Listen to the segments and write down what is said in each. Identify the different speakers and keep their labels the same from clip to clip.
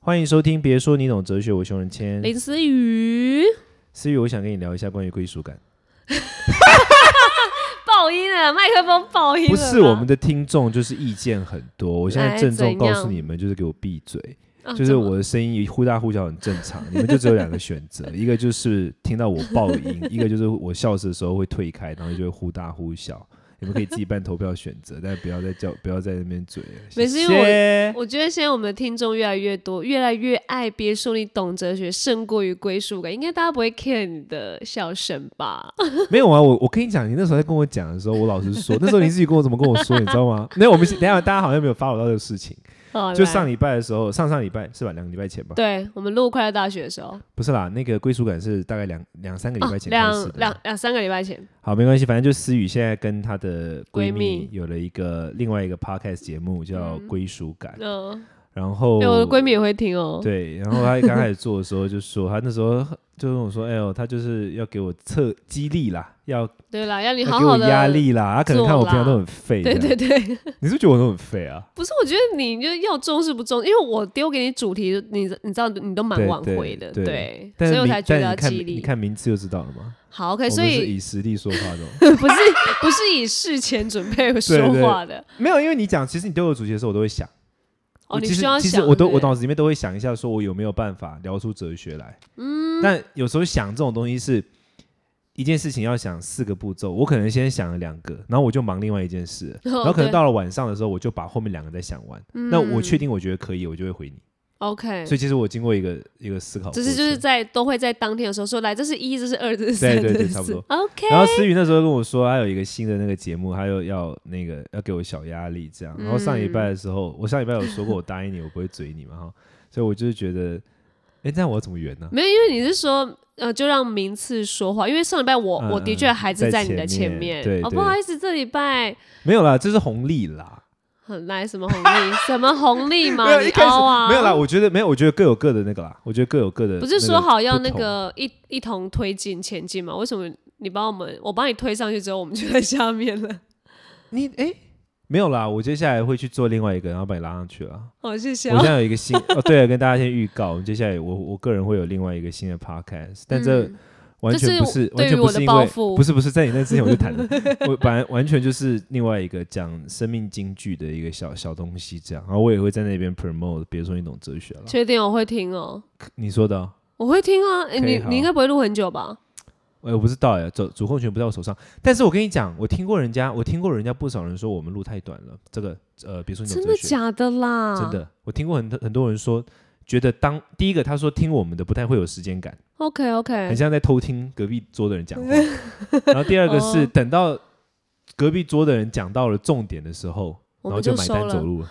Speaker 1: 欢迎收听，别说你懂哲学，我熊仁谦。
Speaker 2: 林思雨，
Speaker 1: 思雨，我想跟你聊一下关于归属感。
Speaker 2: 爆音了，麦克风爆音了。
Speaker 1: 不是我们的听众，就是意见很多。我现在
Speaker 2: 来
Speaker 1: 郑重
Speaker 2: 怎
Speaker 1: 告
Speaker 2: 样
Speaker 1: 诉你们，就是给我闭嘴。
Speaker 2: 啊，
Speaker 1: 就是
Speaker 2: 怎么
Speaker 1: 我的声音忽大忽小，很正 常。你们就只有两个选择，一个就是听到我爆音，一个就是我笑死的时候会退开，然后就会忽大忽小。你们可以自己办投票选择，但不要再叫，不要在那边嘴了。
Speaker 2: 没事
Speaker 1: 谢
Speaker 2: 因为我
Speaker 1: 谢。
Speaker 2: 我觉得现在我们的听众越来越多，越来越爱别说你懂哲学胜过于归属感，应该大家不会 care 你的笑声吧？
Speaker 1: 没有啊，我我跟你讲，你那时候在跟我讲的时候，我老实说，那时候你自己跟我怎么跟我说，你知道吗？没有，我们等一下大家好像没有 follow 到这个事情。
Speaker 2: 好
Speaker 1: 就
Speaker 2: 来
Speaker 1: 上礼拜的时候，上上礼拜是吧？两个礼拜前吧？
Speaker 2: 对我们录《快乐大学》的时候，
Speaker 1: 不是啦，那个归属感是大概两两三个礼
Speaker 2: 啊
Speaker 1: 拜前开始
Speaker 2: 两
Speaker 1: 的。
Speaker 2: 两两三个礼拜前，
Speaker 1: 好，没关系，反正就思雨现在跟她的闺蜜
Speaker 2: 闺蜜
Speaker 1: 有了一个另外一个 podcast 节目叫《归属感》，
Speaker 2: 嗯，
Speaker 1: 然后、
Speaker 2: 对，我的闺蜜也会听哦。
Speaker 1: 对，然后她刚开始做的时候就说，她那时候就跟我说，哎呦，她就是要给我测激励啦，要
Speaker 2: 对啦，让你
Speaker 1: 要
Speaker 2: 好
Speaker 1: 给
Speaker 2: 好
Speaker 1: 我
Speaker 2: 的
Speaker 1: 压。力啦，她可能看我平常都很废，
Speaker 2: 对对，对，
Speaker 1: 你是不是觉得我都很废啊？
Speaker 2: 不是，我觉得你就要重视不重，因为我丢给你主题，你你知道你都蛮
Speaker 1: 对
Speaker 2: 挽
Speaker 1: 对
Speaker 2: 回的，
Speaker 1: 对
Speaker 2: 对，所
Speaker 1: 但是
Speaker 2: 以我
Speaker 1: 名
Speaker 2: 才觉
Speaker 1: 但
Speaker 2: 得
Speaker 1: 是
Speaker 2: 要
Speaker 1: 你看
Speaker 2: 激
Speaker 1: 你
Speaker 2: 励。
Speaker 1: 看名字就知道了嘛。
Speaker 2: 好
Speaker 1: 我
Speaker 2: ，OK，
Speaker 1: 们
Speaker 2: 所
Speaker 1: 是
Speaker 2: 以
Speaker 1: 以实力说话的哦。
Speaker 2: 不是不是以事前准备说话的
Speaker 1: 没有，因为你讲，其实你丢我主题的时候，我都会想。
Speaker 2: 哦，你
Speaker 1: 其实
Speaker 2: 需要
Speaker 1: 其实
Speaker 2: 想，
Speaker 1: 我都
Speaker 2: 对
Speaker 1: 我
Speaker 2: 不对
Speaker 1: 脑子里面都会想一下，说我有没有办法聊出哲学来。嗯，但有时候想这种东西是一件事情要想四个步骤，我可能先想了两个，然后我就忙另外一件事了，
Speaker 2: 哦
Speaker 1: 然后可能
Speaker 2: 对
Speaker 1: 到了晚上的时候，我就把后面两个再想完。那我确定我觉得可以，我就会回你。
Speaker 2: OK，
Speaker 1: 所以其实我经过一个一个思考过
Speaker 2: 只
Speaker 1: 程，
Speaker 2: 嗯是就是在都会在当天的时候说来，这是一，这是二，这是三，
Speaker 1: 对对对
Speaker 2: 这是
Speaker 1: 差不
Speaker 2: 四
Speaker 1: 多
Speaker 2: OK，
Speaker 1: 然后思雨那时候跟我说，她有一个新的那个节目，她又要那个要给我小压力这样。然后上礼拜的时候，我上礼拜有说过，我答应你，我不会追你嘛哈。所以我就是觉得，哎，这样我要怎么圆呢、
Speaker 2: 没有，因为你是说。呃，就让名次说话，因为上礼拜我、
Speaker 1: 嗯
Speaker 2: 我的确还
Speaker 1: 在
Speaker 2: 是在你
Speaker 1: 前
Speaker 2: 的前
Speaker 1: 面
Speaker 2: 面，
Speaker 1: 对
Speaker 2: 哦，
Speaker 1: 对
Speaker 2: 不好意思，这礼拜
Speaker 1: 没有啦，这是红利啦。
Speaker 2: 很来什么红利，什么红 利
Speaker 1: 没
Speaker 2: 嘛，
Speaker 1: 有
Speaker 2: 你
Speaker 1: 一开始、
Speaker 2: 凹啊，
Speaker 1: 没有啦，，我觉得没有，我觉得各有各的那个啦，我觉得各有各的。
Speaker 2: 不是说好要
Speaker 1: 那不
Speaker 2: 那
Speaker 1: 同
Speaker 2: 个一一同推进前进嘛？为什么你帮我们，我帮你推上去之后，我们就在下面了？
Speaker 1: 你哎、没有啦，我接下来会去做另外一个，然后把你拉上去了。
Speaker 2: 哦，谢谢、
Speaker 1: 我
Speaker 2: 哦
Speaker 1: 现。在有一个新哦，对了，跟大家先预告，接下来我我个人会有另外一个新的 podcast，但这。
Speaker 2: 嗯
Speaker 1: 完全不是，
Speaker 2: 这是
Speaker 1: 完全不是因
Speaker 2: 对于我
Speaker 1: 为
Speaker 2: 的报复
Speaker 1: 不是不是，在你那之前我就谈 了，我本来完全就是另外一个讲生命京剧的一个小小东西这样，然后我也会在那边 promote，别说你懂哲学了，
Speaker 2: 确定我会听哦，
Speaker 1: 你说的哦、
Speaker 2: 我会听啊。诶
Speaker 1: 可以
Speaker 2: 你
Speaker 1: 好
Speaker 2: 你应该不会录很久吧？
Speaker 1: 哎，我不知道哎，主主控权不在我手上。但是我跟你讲，我听过人家，我听过人家不少人说我们路太短了。这个呃，别说你懂
Speaker 2: 真
Speaker 1: 哲
Speaker 2: 的
Speaker 1: 学，
Speaker 2: 假的啦？
Speaker 1: 真。的，我听过很多很多人说，觉得当第一个他说听我们的不太会有时间感，
Speaker 2: OK
Speaker 1: 很
Speaker 2: OK，
Speaker 1: 像在偷听隔壁桌的人讲话。 然后第二个是
Speaker 2: 哦
Speaker 1: 等到隔壁桌的人讲到了重点的时候，
Speaker 2: 我
Speaker 1: 然
Speaker 2: 们
Speaker 1: 后就买
Speaker 2: 收
Speaker 1: 单
Speaker 2: 了。
Speaker 1: 走
Speaker 2: 是
Speaker 1: 路了。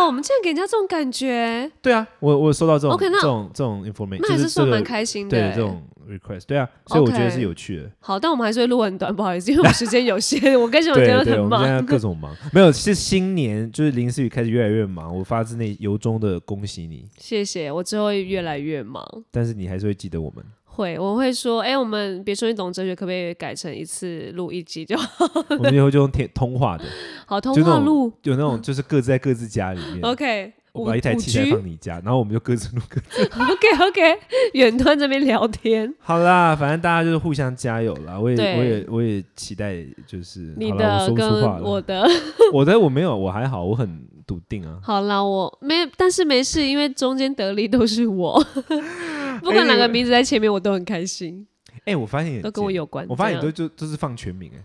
Speaker 2: 哦，我们竟然给人家这种感觉，
Speaker 1: 对啊，我我收到这种
Speaker 2: OK，那
Speaker 1: 这种这种 information，就
Speaker 2: 那还
Speaker 1: 是
Speaker 2: 算
Speaker 1: 这
Speaker 2: 蛮
Speaker 1: 个
Speaker 2: 开心的
Speaker 1: 对
Speaker 2: 诶。
Speaker 1: 这种 request，对啊，所以我觉得
Speaker 2: OK
Speaker 1: 是有趣的。
Speaker 2: 好，但我们还是会录很短，不好意思，因为我们时间 有限，我跟小文真
Speaker 1: 对
Speaker 2: 的
Speaker 1: 对，
Speaker 2: 很
Speaker 1: 我们现在
Speaker 2: 忙。
Speaker 1: 各种忙， 没有是新年，就是林思雨开始越来越忙，我发自内由衷的恭喜你，
Speaker 2: 谢谢，我之后会越来越忙。
Speaker 1: 但是你还是会记得我们。
Speaker 2: 会，我会说，哎、我们别说你懂哲学，可不可以改成一次录一集就好？
Speaker 1: 我们以后就用天通话的，
Speaker 2: 好通
Speaker 1: 就那
Speaker 2: 话
Speaker 1: 种
Speaker 2: 录
Speaker 1: 有那种就是各自在各自家里面，
Speaker 2: ，OK，
Speaker 1: 啊我
Speaker 2: 五
Speaker 1: 把一台
Speaker 2: 五
Speaker 1: 器材
Speaker 2: G
Speaker 1: 放你家，然后我们就各自录各。
Speaker 2: OK OK，远端这边聊天，
Speaker 1: 好啦，反正大家就是互相加油啦，我也
Speaker 2: 对
Speaker 1: 我也我也期待就是
Speaker 2: 你
Speaker 1: 好啦我
Speaker 2: 的
Speaker 1: 说不出话
Speaker 2: 跟
Speaker 1: 了，
Speaker 2: 我
Speaker 1: 我
Speaker 2: 的，
Speaker 1: 我的我没有，我还好，我很笃定 啊。
Speaker 2: 好啦，我没，但是没事，因为中间得利都是我， 不管哪个名字在前面，我都很开心，
Speaker 1: 哎，我发现你
Speaker 2: 都
Speaker 1: 很
Speaker 2: 跟我
Speaker 1: 贱
Speaker 2: 有关。
Speaker 1: 哎我发现你
Speaker 2: 这
Speaker 1: 都
Speaker 2: 样
Speaker 1: 就都是放全名哎、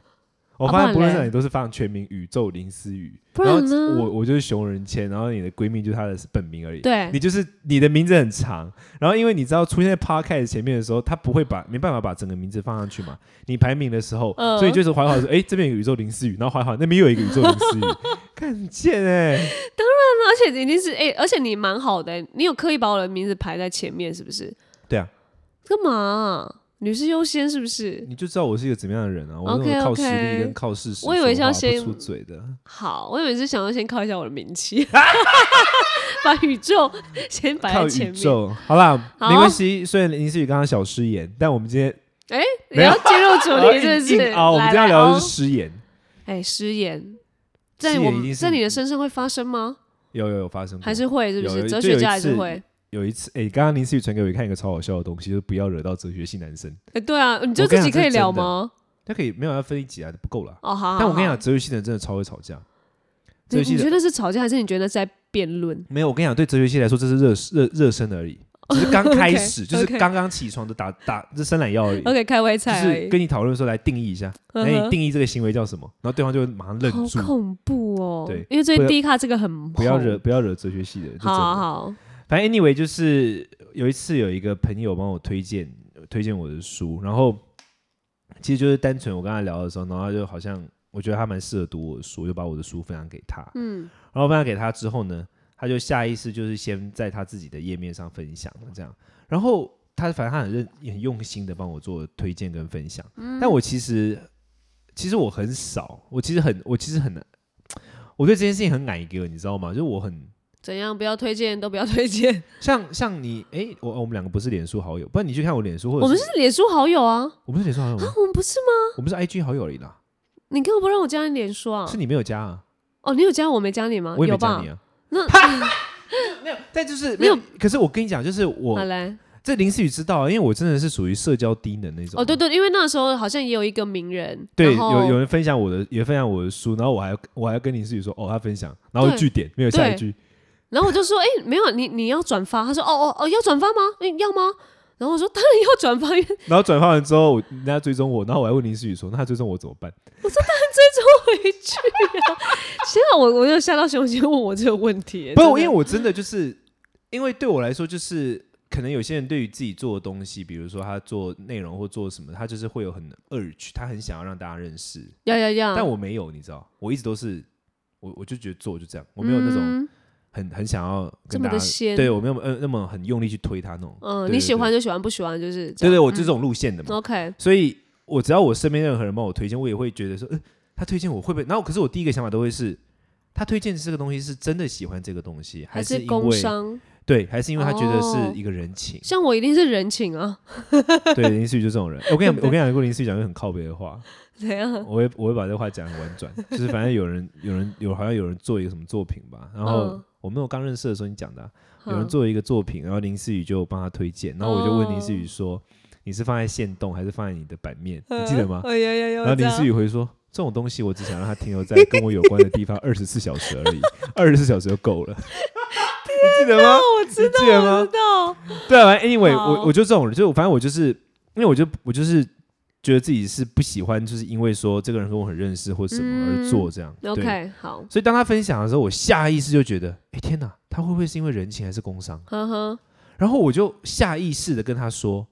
Speaker 1: 我
Speaker 2: 啊
Speaker 1: 发现不
Speaker 2: 不然
Speaker 1: 论
Speaker 2: 嘞
Speaker 1: 上你都是放全名宇宙林思雨，
Speaker 2: 不
Speaker 1: 然后
Speaker 2: 然呢
Speaker 1: 我我就是熊仁谦，然后你的闺蜜就是她的本名而已。
Speaker 2: 对
Speaker 1: 你就是你的名字很长，然后因为你知道出现在 podcast 前面的时候，他不会把没办法把整个名字放上去嘛。你排名的时候，
Speaker 2: 嗯
Speaker 1: 所以就是怀好说，哎、这边有个宇宙林思雨，然后怀好那边又有一个宇宙林 思雨，看很贱哎、
Speaker 2: 而且一定是哎、而且你蛮好的、你有刻意把我的名字排在前面，是不是？
Speaker 1: 对啊，
Speaker 2: 干嘛啊、女士优先是不是？
Speaker 1: 你就知道我是一个怎么样的人啊，我那种
Speaker 2: OK，OK
Speaker 1: 靠实力跟靠事实说
Speaker 2: 我
Speaker 1: 话，
Speaker 2: 以为是要先
Speaker 1: 不出嘴的。
Speaker 2: 好，我以为是想要先靠一下我的名 气，把宇宙 先摆
Speaker 1: 靠
Speaker 2: 在
Speaker 1: 宇
Speaker 2: 前面。
Speaker 1: 宙，好啦，
Speaker 2: 好
Speaker 1: 没关系。虽然林思雨刚刚小失言，但我们今天
Speaker 2: 哎、
Speaker 1: 没有
Speaker 2: 你要进 入主题是
Speaker 1: 硬
Speaker 2: 不是？
Speaker 1: 硬凹我们
Speaker 2: 来
Speaker 1: 今天要
Speaker 2: 来
Speaker 1: 聊
Speaker 2: 凹
Speaker 1: 的是失言，
Speaker 2: 哎，失言
Speaker 1: 失
Speaker 2: 在
Speaker 1: 言
Speaker 2: 我
Speaker 1: 一定
Speaker 2: 们
Speaker 1: 是
Speaker 2: 在你的身上会发生吗？
Speaker 1: 有有有发生过，
Speaker 2: 还是会是不
Speaker 1: 有
Speaker 2: 是？
Speaker 1: 嗯有
Speaker 2: 哲
Speaker 1: 就有
Speaker 2: 学
Speaker 1: 一
Speaker 2: 家还是
Speaker 1: 次
Speaker 2: 会
Speaker 1: 有一次，哎、刚刚林思雨传给我看一个超好笑的东西，就是不要惹到哲学系男生。
Speaker 2: 哎，对啊，你就
Speaker 1: 我跟
Speaker 2: 自
Speaker 1: 你讲
Speaker 2: 己可
Speaker 1: 这
Speaker 2: 以
Speaker 1: 是
Speaker 2: 聊
Speaker 1: 真的
Speaker 2: 吗？
Speaker 1: 他可以没有要分一集啊，不够了。
Speaker 2: 哦，好好
Speaker 1: 但我跟你
Speaker 2: 好
Speaker 1: 讲，哲学系的人真的超会吵架。哲
Speaker 2: 你
Speaker 1: 学系嗯
Speaker 2: 你
Speaker 1: 的
Speaker 2: 觉得是吵架，还是你觉得在辩论？
Speaker 1: 没有，我跟你讲，对哲学系来说，这是热热热身而已，只是刚开始，就是
Speaker 2: 哦 OK
Speaker 1: 刚刚起床的打打这伸懒腰而已。
Speaker 2: OK，开胃
Speaker 1: 就
Speaker 2: 菜而
Speaker 1: 是
Speaker 2: 已，
Speaker 1: 跟你讨论的时候来定义一下，
Speaker 2: 呵
Speaker 1: 那
Speaker 2: 呵
Speaker 1: 你定义这个行为叫什么？然后对方就会马上愣
Speaker 2: 好
Speaker 1: 住，
Speaker 2: 恐怖哦。
Speaker 1: 对
Speaker 2: 因为最
Speaker 1: 不
Speaker 2: 近
Speaker 1: 要
Speaker 2: 低卡这个很
Speaker 1: 不要
Speaker 2: 红
Speaker 1: 惹不要惹哲学系的人。就
Speaker 2: 好
Speaker 1: 真的
Speaker 2: 好好，
Speaker 1: 反正 anyway，就是有一次有一个朋友帮我推荐推荐我的书，然后其实就是单纯我跟他聊的时候，然后他就好像我觉得他蛮适合读我的书，我就把我的书分享给他。
Speaker 2: 嗯，
Speaker 1: 然后分享给他之后呢，他就下意识就是先在他自己的页面上分享了这样，然后他反正他很认很用心的帮我做推荐跟分享，但我其实其实我很少，我其实很我其实很难，我对这件事情很矮个，你知道吗？就是我很
Speaker 2: 怎样？不要推荐，都不要推荐。
Speaker 1: 像像你哎，我我们两个不是脸书好友，不然你去看我脸书，或者
Speaker 2: 我们是脸书好友啊，
Speaker 1: 我们是脸书好友吗
Speaker 2: 啊，？我们不是吗？
Speaker 1: 我们是 IG 好友而已啦，
Speaker 2: 你干嘛不让我加你脸书啊
Speaker 1: 是？你没有加啊，
Speaker 2: 哦，你有加我没加你吗？
Speaker 1: 我也没
Speaker 2: 嗯有
Speaker 1: 加
Speaker 2: 吧
Speaker 1: 你？啊。
Speaker 2: 那
Speaker 1: 没有，但就是
Speaker 2: 没
Speaker 1: 没
Speaker 2: 有
Speaker 1: 有。可是我跟你讲，就是我
Speaker 2: 好嘞，
Speaker 1: 这林思雨知道啊，因为我真的是属于社交低能那种。啊
Speaker 2: 哦，对对，因为那时候好像也有一个名人，
Speaker 1: 对，
Speaker 2: 然后
Speaker 1: 有有人分享我的，也分享我的书，然后我还我还跟林思雨说，哦，他分享，然后
Speaker 2: 对
Speaker 1: 据点没有下一句，
Speaker 2: 然后我就说，哎、没有，你你要转发？他说，哦哦哦，要转发吗？诶要吗？然后我说，当然要转发，因为追
Speaker 1: 然后转发完之后，我人家追踪我，然后我还问林思雨说，那他追踪我怎么办？
Speaker 2: 踪回去啊。现在我我就吓到熊先问我这个问题、
Speaker 1: 不是，因
Speaker 2: 真的
Speaker 1: 为我真的就是，因为对我来说，就是可能有些人对于自己做的东西，比如说他做内容或做什么，他就是会有很 urge，他很想要让大家认识，
Speaker 2: 要要要，
Speaker 1: 但我没有，你知道，我一直都是。我我就觉得做就这样，我没有那种
Speaker 2: 嗯
Speaker 1: 很、很想要
Speaker 2: 这
Speaker 1: 跟
Speaker 2: 么
Speaker 1: 大
Speaker 2: 的
Speaker 1: 家
Speaker 2: 鲜，
Speaker 1: 对我没有呃那么很用力去推他那种。
Speaker 2: 嗯，
Speaker 1: 对
Speaker 2: 你
Speaker 1: 对
Speaker 2: 喜
Speaker 1: 对
Speaker 2: 欢就喜欢，不喜欢就是
Speaker 1: 对
Speaker 2: 这样
Speaker 1: 对，我就这种路线的嘛。
Speaker 2: OK，
Speaker 1: 所以我只要我身边任何人帮我推荐，我也会觉得说，呃，他推荐我会不会？然后可是我第一个想法都会是，他推荐这个东西是真的喜欢这个东西，
Speaker 2: 还
Speaker 1: 是因
Speaker 2: 工
Speaker 1: 为
Speaker 2: 商，
Speaker 1: 对，还是因为他觉得
Speaker 2: 哦。
Speaker 1: 是一个人情
Speaker 2: 像我一定是人情啊，
Speaker 1: 对，林思雨就这种人。我跟你讲，
Speaker 2: 对
Speaker 1: 我跟你讲过林思雨讲一个很靠北的话，
Speaker 2: 怎样？
Speaker 1: 我会我会把这话讲得很婉转，就是反正有人有人有好像有人做一个什么作品吧，然后。
Speaker 2: 嗯
Speaker 1: 我们我刚认识的时候，你讲的啊、有人
Speaker 2: 嗯
Speaker 1: 做了一个作品，然后林思雨就帮他推荐，然后我就问林思雨
Speaker 2: 哦
Speaker 1: 说：“你是放在线动还是放在你的版面？你记得吗？”
Speaker 2: 哎呀呀呀！
Speaker 1: 然后林思雨回说：“这种东西我只想让它停留在跟我有关的地方 二十四小时而已，二十四小时就够了。” 你记得吗？
Speaker 2: 我知
Speaker 1: 你记得
Speaker 2: 道，我
Speaker 1: 吗
Speaker 2: 知？道，
Speaker 1: 对啊，反正 anyway，
Speaker 2: 好
Speaker 1: 我我就这种人，就反正我就是，因为我就我就是觉得自己是不喜欢，就是因为说这个人跟我很认识或什么
Speaker 2: 嗯
Speaker 1: 而做这样。对，
Speaker 2: OK，好，
Speaker 1: 所以当他分享的时候，我下意识就觉得，哎天哪，他会不会是因为人情还是工伤？
Speaker 2: 呵呵，
Speaker 1: 然后我就下意识的跟他说，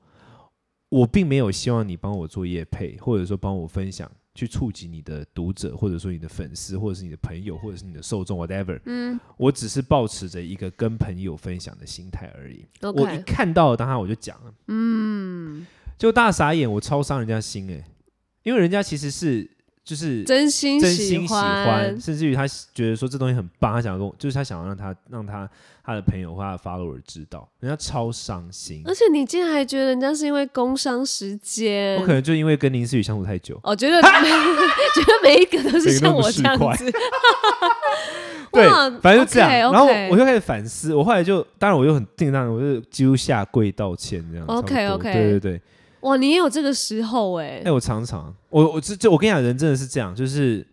Speaker 1: 我并没有希望你帮我做业配，或者说帮我分享，去触及你的读者，或者说你的粉丝，或者是你的朋友，或者是你的受众，whatever。
Speaker 2: 嗯
Speaker 1: 我只是保持着一个跟朋友分享的心态而已。我一
Speaker 2: ，OK，
Speaker 1: 看到当下我就讲了，
Speaker 2: 嗯，
Speaker 1: 就大傻眼，我超伤人家心诶、因为人家其实是就是
Speaker 2: 真心
Speaker 1: 真心喜
Speaker 2: 欢
Speaker 1: 欢，，甚至于他觉得说这东西很棒，他想要跟我，就是他想要让他让他他的朋友或他的 follower 知道，人家超伤心。
Speaker 2: 而且你竟然还觉得人家是因为工伤时间，
Speaker 1: 我可能就因为跟林思雨相处太久，
Speaker 2: 哦，觉得 觉得每一个都
Speaker 1: 每个
Speaker 2: 是像
Speaker 1: 都
Speaker 2: 我
Speaker 1: 是
Speaker 2: 这样
Speaker 1: 块
Speaker 2: 子，
Speaker 1: 对
Speaker 2: 哇，
Speaker 1: 反正就这样。
Speaker 2: OK，OK
Speaker 1: 然后我我就开始反思，我后来就，当然我就很定当，我就几乎下跪道歉这样。
Speaker 2: OK，
Speaker 1: 差不多
Speaker 2: OK
Speaker 1: 对对对。
Speaker 2: 哇，你也有这个时候哎、
Speaker 1: 哎，我常常，我我这就我跟你讲，人真的是这样，就是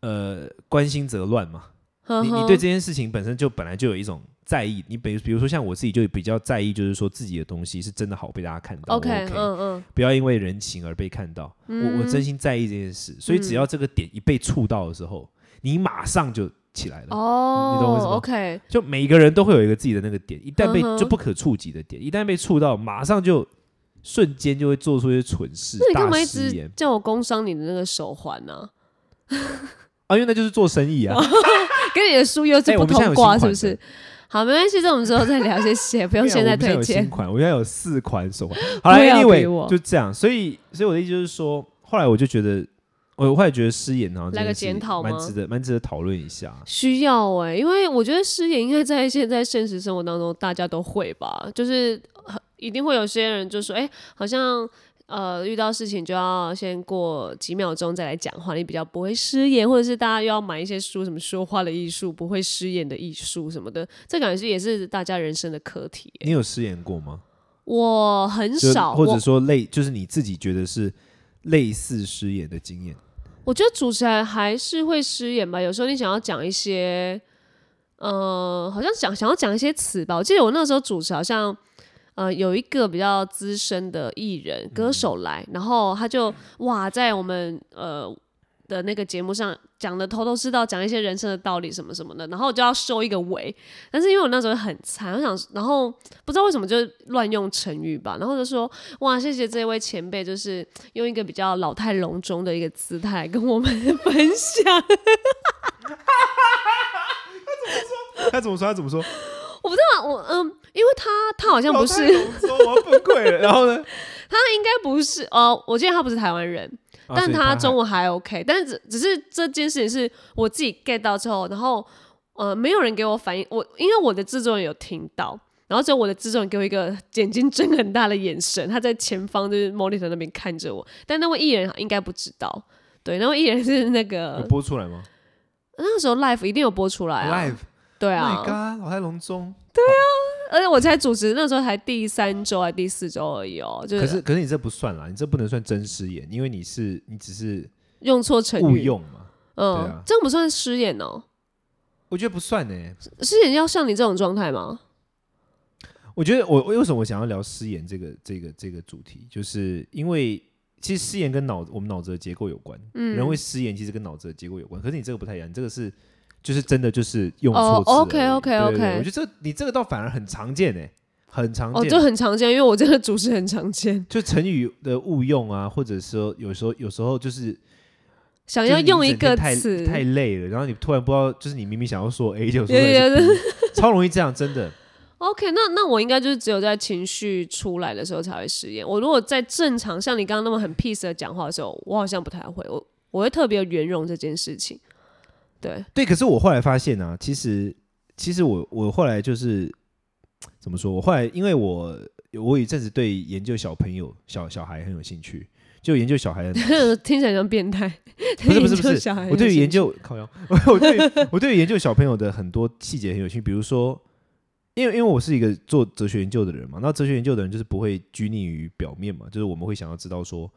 Speaker 1: 呃，关心则乱嘛。
Speaker 2: 呵
Speaker 1: 你
Speaker 2: 呵
Speaker 1: 你对这件事情本身就本来就有一种在意，你比比如说像我自己就比较在意，就是说自己的东西是真的好被大家看到。我
Speaker 2: OK，嗯嗯，
Speaker 1: 不要因为人情而被看到。我我真心在意这件事，所以只
Speaker 2: 嗯
Speaker 1: 要这个点一被触到的时候，你马上就起来了。
Speaker 2: 哦，
Speaker 1: 你懂我意思吗
Speaker 2: o k
Speaker 1: 就每一个人都会有一个自己的那个点，一旦被
Speaker 2: 嗯哼
Speaker 1: 就不可触及的点，一旦被触到，马上就瞬间就会做出一些蠢事
Speaker 2: 那、你干
Speaker 1: 大
Speaker 2: 嘛一
Speaker 1: 失
Speaker 2: 直
Speaker 1: 言
Speaker 2: 叫我工伤你的那个手环呢、
Speaker 1: 啊，因为那就是做生 意啊。
Speaker 2: 跟你的书又是
Speaker 1: 哎
Speaker 2: 不
Speaker 1: 我们现在
Speaker 2: 同
Speaker 1: 有
Speaker 2: 挂，
Speaker 1: 新
Speaker 2: 是不
Speaker 1: 款
Speaker 2: 是？好，没关系，这我们之后再聊些 些，不
Speaker 1: 不
Speaker 2: 用现在推
Speaker 1: 有
Speaker 2: 荐
Speaker 1: 新。款，我现在有四款手 环。好了
Speaker 2: 不要逼
Speaker 1: ，anyway
Speaker 2: 我
Speaker 1: 就这样。所以，所以我的意思就是说，后来我就觉得，我后来觉得失言好像
Speaker 2: 来个
Speaker 1: 这件事情
Speaker 2: 检讨吗
Speaker 1: 蛮值得，蛮值得讨论一下。
Speaker 2: 需要哎、因为我觉得失言应该在现在现实生活当中大家都会吧，就是呃一定会有些人就说，哎、好像呃，遇到事情就要先过几秒钟再来讲话，你比较不会失言，或者是大家又要买一些书，什么说话的艺术、不会失言的艺术什么的，这感觉是也是大家人生的课题耶。
Speaker 1: 你有失言过吗？
Speaker 2: 我很
Speaker 1: 就
Speaker 2: 少，
Speaker 1: 或者
Speaker 2: 我
Speaker 1: 说类，就是你自己觉得是类似失言的经验。
Speaker 2: 我觉得主持人还是会失言吧，有时候你想要讲一些，呃，好像想想要讲一些词吧。我记得我那时候主持好像，呃，有一个比较资深的艺人歌手来，然后他就哇，在我们呃的那个节目上讲的头头是道，讲一些人生的道理什么什么的，然后我就要收一个尾。但是因为我那时候很惨，我想，然后不知道为什么就乱用成语吧，然后就说哇，谢谢这位前辈，就是用一个比较老态龙钟的一个姿态跟我们 分享。
Speaker 1: 他怎么说？他怎么说？
Speaker 2: 我不知道，我嗯，因为他他好像不是，应
Speaker 1: 说我要崩溃 了。然后呢？
Speaker 2: 该不是哦，我记得他不是台湾人，
Speaker 1: 啊
Speaker 2: 但
Speaker 1: 所以
Speaker 2: 他
Speaker 1: 他
Speaker 2: 中文还 OK，但是只只是这件事情是我自己 get 到之后，然后呃，没有人给我反应，我因为我的制作人有听到。然后只有我的制作人给我一个眼睛睁很大的眼神，他在前方就是 monitor 那边看着我，但那位艺人应该不知道，对，那位艺人是那
Speaker 1: 还有
Speaker 2: 个
Speaker 1: 播出来吗
Speaker 2: 那时候 live 一定有播出来啊
Speaker 1: ？Live，Oh
Speaker 2: 对
Speaker 1: My
Speaker 2: 啊，
Speaker 1: God，老态龙钟。
Speaker 2: 而且我才主持那时候才第三周还第四周而已哦，就
Speaker 1: 可是可是你这不算啦，你这不能算真失言，因为你是你只是
Speaker 2: 用错成
Speaker 1: 误
Speaker 2: 语，
Speaker 1: 用嘛。
Speaker 2: 嗯，
Speaker 1: 对啊
Speaker 2: 这样不算失言哦，
Speaker 1: 我觉得不算欸呢、
Speaker 2: 失言要像你这种状态吗？
Speaker 1: 我觉得我我为什么我想要聊失言这个这个这个主题，就是因为其实失言跟脑我们脑子的结构有关，
Speaker 2: 嗯
Speaker 1: 人会失言其实跟脑子的结构有关。可是你这个不太一样，你这个是就是真的就是用
Speaker 2: 哦
Speaker 1: 错字而已。
Speaker 2: ，OK，OK，
Speaker 1: 对对
Speaker 2: OK
Speaker 1: 对我觉得这你这个倒反而很常见诶、欸很常
Speaker 2: 哦，
Speaker 1: 见。
Speaker 2: 这很常见，因为我这个主持很常见，
Speaker 1: 就成语的误用啊，或者说有时候有时候就是
Speaker 2: 想要用一个
Speaker 1: 就是
Speaker 2: 词
Speaker 1: 你整天太，太累了，然后你突然不知道，就是你明明想要说 A，就说
Speaker 2: 有有有
Speaker 1: 超容易这样，真的。
Speaker 2: OK，那那我应该就是只有在情绪出来的时候才会失言。我如果在正常像你刚刚那么很 peace 的讲话的时候，我好像不太会，我我会特别圆融这件事情。对，
Speaker 1: 对，可是我后来发现啊，其实其实我我后来就是怎么说？我后来因为我我有一阵子对研究小朋友小小孩很有兴趣，就研究小孩的
Speaker 2: 听起来像变态。
Speaker 1: 不是不 是不
Speaker 2: 研究
Speaker 1: 是
Speaker 2: 小孩，
Speaker 1: 我对于
Speaker 2: 有
Speaker 1: 研究靠腰， 我对于我对于研究小朋友的很多细节很有兴趣，比如说。因为因为我是一个做哲学研究的人嘛，那哲学研究的人就是不会拘泥于表面嘛，就是我们会想要知道说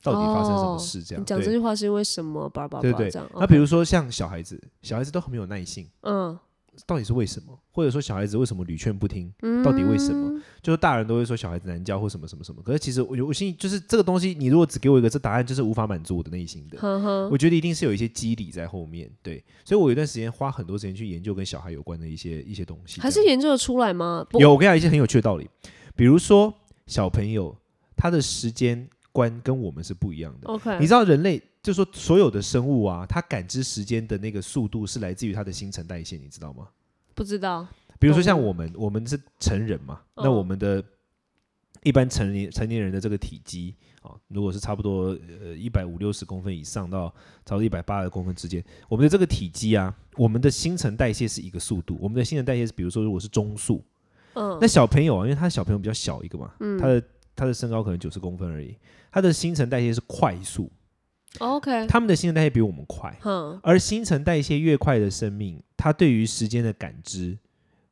Speaker 1: 到底发生什么
Speaker 2: 哦
Speaker 1: 事这
Speaker 2: 兴趣
Speaker 1: 样。
Speaker 2: 你讲
Speaker 1: 对
Speaker 2: 这句话是因为什么？叭叭叭
Speaker 1: 对对
Speaker 2: 这样。
Speaker 1: 那比
Speaker 2: OK
Speaker 1: 如说像小孩子，小孩子都很没有耐性，
Speaker 2: 嗯，
Speaker 1: 到底是为什么？或者说小孩子为什么屡劝不听？
Speaker 2: 嗯
Speaker 1: 到底为什么？就是大人都会说小孩子难教或什么什么什么，可是其实我我心里就是这个东西，你如果只给我一个这答案，就是无法满足我的内心的。
Speaker 2: 嗯呵呵，
Speaker 1: 我觉得一定是有一些机理在后面，对，所以我有一段时间花很多时间去研究跟小孩有关的一些一些东西，
Speaker 2: 还
Speaker 1: 这
Speaker 2: 是
Speaker 1: 样
Speaker 2: 研究得出来吗？不
Speaker 1: 有我跟你讲一些很有趣的道理，比如说小朋友他的时间观跟我们是不一样的，
Speaker 2: ，OK，
Speaker 1: 你知道人类就说所有的生物啊，它感知时间的那个速度是来自于它的新陈代谢，你知道吗？
Speaker 2: 不知道，
Speaker 1: 比如说像
Speaker 2: 动物
Speaker 1: 我们，我们是成人嘛，
Speaker 2: 嗯
Speaker 1: 那我们的一般成年成年人的这个体积啊、哦如果是差不多呃一百五六十公分以上到差不多一百八十公分之间，我们的这个体积啊，我们的新陈代谢是一个速度，我们的新陈代谢是比如说如果是中速，
Speaker 2: 嗯
Speaker 1: 那，小朋友啊，因为他小朋友比较小一个嘛，
Speaker 2: 嗯
Speaker 1: 他的他的身高可能九十公分而已，他的新陈代谢是快速，
Speaker 2: OK，
Speaker 1: 他们的新陈代谢比我们快，
Speaker 2: 哼，
Speaker 1: 而新陈代谢越快的生命，它对于时间的感知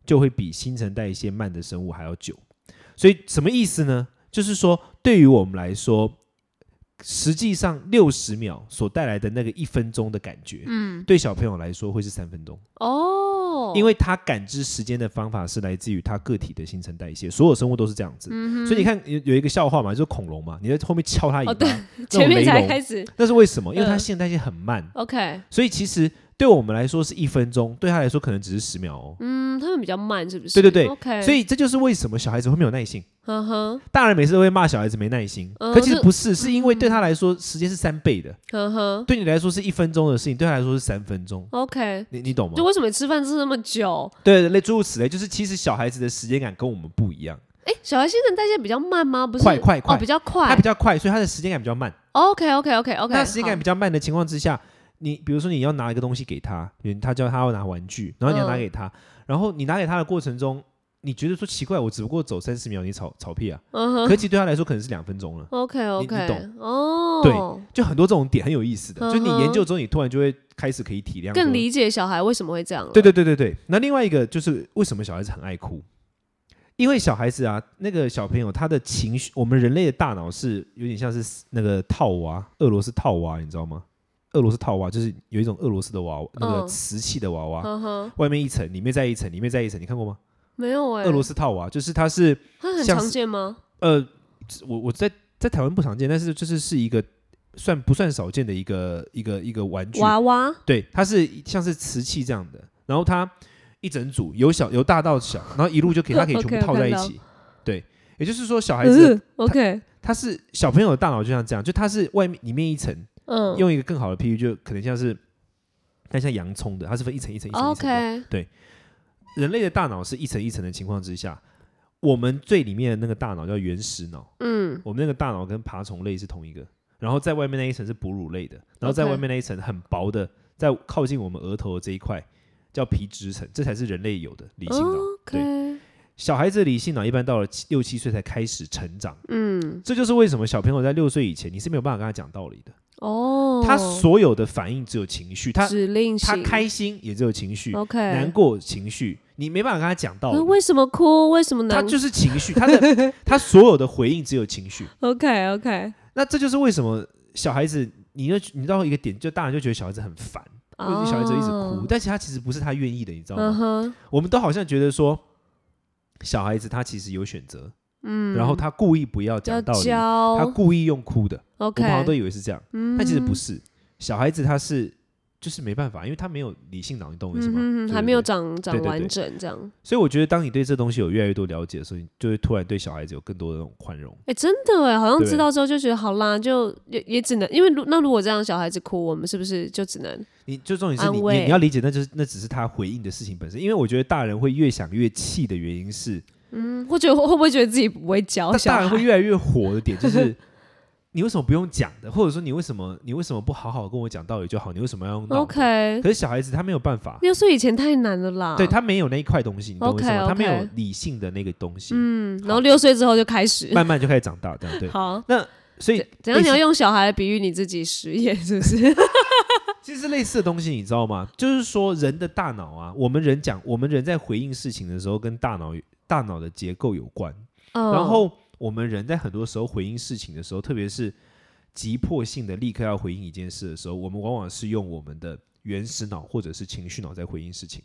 Speaker 1: 就会比新陈代谢慢的生物还要久。所以什么意思呢？就是说，对于我们来说，实际上六十秒所带来的那个一分钟的感觉，
Speaker 2: 嗯，
Speaker 1: 对小朋友来说会是三分钟，
Speaker 2: 哦，
Speaker 1: 因为他感知时间的方法是来自于他个体的新陈代谢，所有生物都是这样子。
Speaker 2: 嗯哼，
Speaker 1: 所以你看，有有一个笑话嘛，就是恐龙嘛，你在后面敲它
Speaker 2: 哦
Speaker 1: 尾
Speaker 2: 对
Speaker 1: 巴，
Speaker 2: 前
Speaker 1: 那种雷
Speaker 2: 面才开
Speaker 1: 龙
Speaker 2: 始
Speaker 1: 那是为什么？因为它
Speaker 2: 嗯
Speaker 1: 新陈代谢很慢，
Speaker 2: ，OK，
Speaker 1: 所以其实对我们来说是一分钟，对他来说可能只是十秒哦。
Speaker 2: 嗯，他们比较慢，是不是？
Speaker 1: 对对对
Speaker 2: ，OK，
Speaker 1: 所以这就是为什么小孩子会没有耐心，
Speaker 2: 呵呵
Speaker 1: 大人每次都会骂小孩子没耐心，
Speaker 2: 嗯
Speaker 1: 可其实
Speaker 2: 这
Speaker 1: 不是，是因为对他来说时间是三倍的，
Speaker 2: 呵呵
Speaker 1: 对你来说是一分钟的事情，对他来说是三分钟，
Speaker 2: ，OK，
Speaker 1: 你你懂吗
Speaker 2: 就？为什么吃饭吃那么久？
Speaker 1: 对，类诸如此类，就是其实小孩子的时间感跟我们不一样，
Speaker 2: 哎，小孩新陈代谢比较慢吗？不是，
Speaker 1: 快快
Speaker 2: 哦，
Speaker 1: 快
Speaker 2: 比，较
Speaker 1: 他
Speaker 2: 快
Speaker 1: 比较快，所以他的时间感比较慢。
Speaker 2: ，OK OK OK OK，
Speaker 1: 那时间感比较慢的情况之下，你比如说你要拿一个东西给他，比如他叫他要拿玩具，然后你要拿
Speaker 2: 嗯
Speaker 1: 给他，然后你拿给他的过程中，你觉得说奇怪，我只不过走三十秒，你吵吵屁啊？
Speaker 2: 嗯哼
Speaker 1: 可其实对他来说可能是两分钟了。
Speaker 2: ，OK
Speaker 1: 你
Speaker 2: OK，
Speaker 1: 懂
Speaker 2: 哦，
Speaker 1: 对，就很多这种点很有意思的，就
Speaker 2: 嗯
Speaker 1: 你
Speaker 2: 哼
Speaker 1: 研究之后，你突然就会开始可以体谅，
Speaker 2: 更理解小孩为什么会这样了。
Speaker 1: 对对对对对。那另外一个就是为什么小孩子很爱哭？因为小孩子啊，那个小朋友他的情绪，我们人类的大脑是有点像是那个套娃，俄罗斯套娃，你知道吗？俄罗斯套娃就是有一种俄罗斯的娃娃，那
Speaker 2: 嗯
Speaker 1: 个瓷器的娃娃，
Speaker 2: 嗯哼，
Speaker 1: 外面一层，里面再一层，里面再一层，你看过吗？
Speaker 2: 没有哎，
Speaker 1: 俄罗斯套娃就是它是
Speaker 2: 它很
Speaker 1: 像
Speaker 2: 常
Speaker 1: 是
Speaker 2: 见吗？
Speaker 1: 呃，我我在在台湾不常见，但是就是是一个算不算少见的一个一个一个玩具
Speaker 2: 娃娃，
Speaker 1: 对，它是像是瓷器这样的，然后它一整组由小由大到小，然后一路就可以，它可以全
Speaker 2: OK，
Speaker 1: 部
Speaker 2: 我
Speaker 1: 套在
Speaker 2: 看
Speaker 1: 一
Speaker 2: 到
Speaker 1: 起。对，也就是说，小孩子
Speaker 2: 嗯，OK，
Speaker 1: 他是小朋友的大脑就像这样，就它是外面里面一层，
Speaker 2: 嗯
Speaker 1: 用一个更好的譬喻，就可能像是，它像洋葱的，它是分一层一层一层一层的。
Speaker 2: 哦，OK，
Speaker 1: 人类的大脑是一层一层的情况之下，我们最里面的那个大脑叫原始脑，
Speaker 2: 嗯，
Speaker 1: 我们那个大脑跟爬虫类是同一个，然后在外面那一层是哺乳类的，然后在
Speaker 2: OK
Speaker 1: 外面那一层很薄的，在靠近我们额头的这一块叫皮质层，这才是人类有的理性脑。对，
Speaker 2: 哦，OK，
Speaker 1: 小孩子的理性脑一般到了七六七岁才开始成长，
Speaker 2: 嗯，
Speaker 1: 这就是为什么小朋友在六岁以前你是没有办法跟他讲道理的，
Speaker 2: 哦，
Speaker 1: 他所有的反应只有情绪，他
Speaker 2: 指令
Speaker 1: 他
Speaker 2: 型
Speaker 1: 开心也只有情绪，
Speaker 2: ，OK，
Speaker 1: 难过情绪，你没办法跟他讲道
Speaker 2: 可是
Speaker 1: 理。
Speaker 2: 为什么哭？为什么
Speaker 1: 他
Speaker 2: 难
Speaker 1: 就是情绪，他的他所有的回应只有情绪，
Speaker 2: ？OK OK，
Speaker 1: 那这就是为什么小孩子，你就你到一个点，就大人就觉得小孩子很烦，或者是小孩子一直哭，但其实他其实不是他愿意的，你知道
Speaker 2: 哦嗯
Speaker 1: 吗？
Speaker 2: 哼，
Speaker 1: 我们都好像觉得说，小孩子他其实有选择，
Speaker 2: 嗯，
Speaker 1: 然后他故意不要
Speaker 2: 要
Speaker 1: 讲道理，他
Speaker 2: 教
Speaker 1: 故意用哭的，我
Speaker 2: ，OK，
Speaker 1: 们好像都以为是这样，
Speaker 2: 嗯，
Speaker 1: 但其实不是，小孩子他是就是没办法，因为他没有理性脑，你懂我意思
Speaker 2: 嗯
Speaker 1: 吗？
Speaker 2: 哼哼，
Speaker 1: 对
Speaker 2: 还没有。
Speaker 1: 对对
Speaker 2: 长长
Speaker 1: 对对
Speaker 2: 完
Speaker 1: 对
Speaker 2: 整这样。
Speaker 1: 所以我觉得，当你对这东西有越来越多了解的时候，你就会突然对小孩子有更多的那种宽容。
Speaker 2: 哎、真的哎，好像
Speaker 1: 对
Speaker 2: 知道之后就觉得好啦，就也也只能，因为如那如果这样小孩子哭，我们是不是就只能
Speaker 1: 你就重点是你
Speaker 2: 安慰
Speaker 1: 你你要理解，那就是那只是他回应的事情本身。因为我觉得大人会越想越气的原因是，
Speaker 2: 嗯，会觉得会不会觉得自己不会教
Speaker 1: 那
Speaker 2: 哦小
Speaker 1: 大人会
Speaker 2: 孩？
Speaker 1: 越来越火的点就是， 你为什么不用讲的，或者说你为什么你为什么不好好跟我讲道理就好，你为什么要用闹的
Speaker 2: OK，
Speaker 1: 可是小孩子他没有办法，
Speaker 2: 六岁以前太难了啦。
Speaker 1: 对他没有那一块东西，你懂我意思
Speaker 2: OK，OK
Speaker 1: 吗？他没有理性的那个东西，
Speaker 2: 嗯，然后六岁之后就开始。
Speaker 1: 慢慢就开始长大， 这样对。
Speaker 2: 好，
Speaker 1: 所以
Speaker 2: 怎样？
Speaker 1: 类
Speaker 2: 你
Speaker 1: 似
Speaker 2: 要用小孩来比喻你自己实验，是不是？
Speaker 1: 其实类似的东西，你知道吗？就是说，人的大脑啊，我们人讲，我们人在回应事情的时候，跟大脑大脑的结构有关。
Speaker 2: 嗯
Speaker 1: 然后我们人在很多时候回应事情的时候，特别是急迫性的立刻要回应一件事的时候，我们往往是用我们的原始脑或者是情绪脑在回应事情，